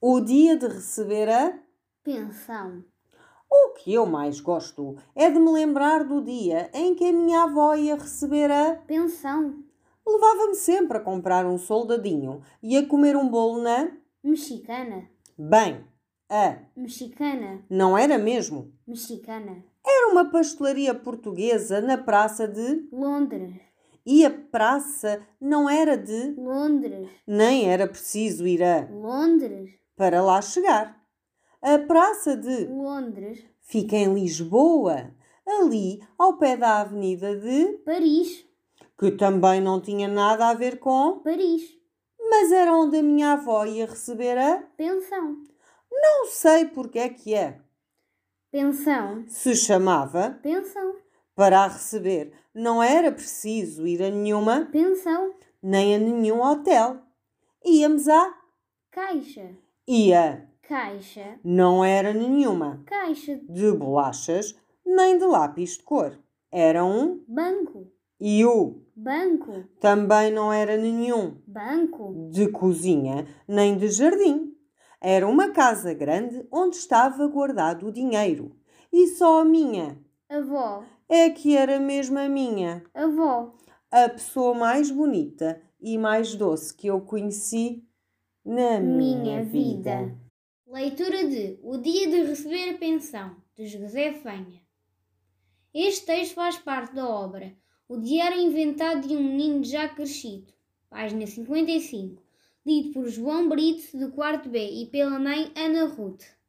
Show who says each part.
Speaker 1: O dia de receber a.
Speaker 2: Pensão.
Speaker 1: O que eu mais gosto é de me lembrar do dia em que a minha avó ia receber a.
Speaker 2: Pensão.
Speaker 1: Levava-me sempre a comprar um soldadinho e a comer um bolo na.
Speaker 2: Mexicana.
Speaker 1: Bem, a.
Speaker 2: Mexicana.
Speaker 1: Não era mesmo?
Speaker 2: Mexicana.
Speaker 1: Era uma pastelaria portuguesa na Praça de.
Speaker 2: Londres.
Speaker 1: E a praça não era de.
Speaker 2: Londres.
Speaker 1: Nem era preciso ir a.
Speaker 2: Londres.
Speaker 1: para lá chegar. A Praça de
Speaker 2: Londres.
Speaker 1: fica em Lisboa, ali ao pé da Avenida de,
Speaker 2: Paris.
Speaker 1: que também não tinha nada a ver com,
Speaker 2: Paris.
Speaker 1: mas era onde a minha avó ia receber a.
Speaker 2: Pensão.
Speaker 1: Não sei porque é que é.
Speaker 2: Pensão.
Speaker 1: Se chamava
Speaker 2: Pensão.
Speaker 1: para a receber. Não era preciso ir a nenhuma,
Speaker 2: Pensão.
Speaker 1: nem a nenhum hotel. Íamos a.
Speaker 2: Caixa.
Speaker 1: Ia.
Speaker 2: Caixa.
Speaker 1: Não era nenhuma
Speaker 2: Caixa.
Speaker 1: de bolachas, nem de lápis de cor. Era um.
Speaker 2: Banco.
Speaker 1: E o.
Speaker 2: Banco.
Speaker 1: Também não era nenhum
Speaker 2: Banco.
Speaker 1: de cozinha nem de jardim. Era uma casa grande onde estava guardado o dinheiro. E só a minha.
Speaker 2: Avó.
Speaker 1: É que era mesmo a minha.
Speaker 2: Avó.
Speaker 1: A pessoa mais bonita e mais doce que eu conheci na minha,
Speaker 2: Minha vida. Leitura de O Dia de Receber a Pensão, de José Fenha. Este texto faz parte da obra O Diário Inventado de um Menino Já Crescido, página 55, lido por João Brito, do 4 B, e pela mãe Ana Ruth.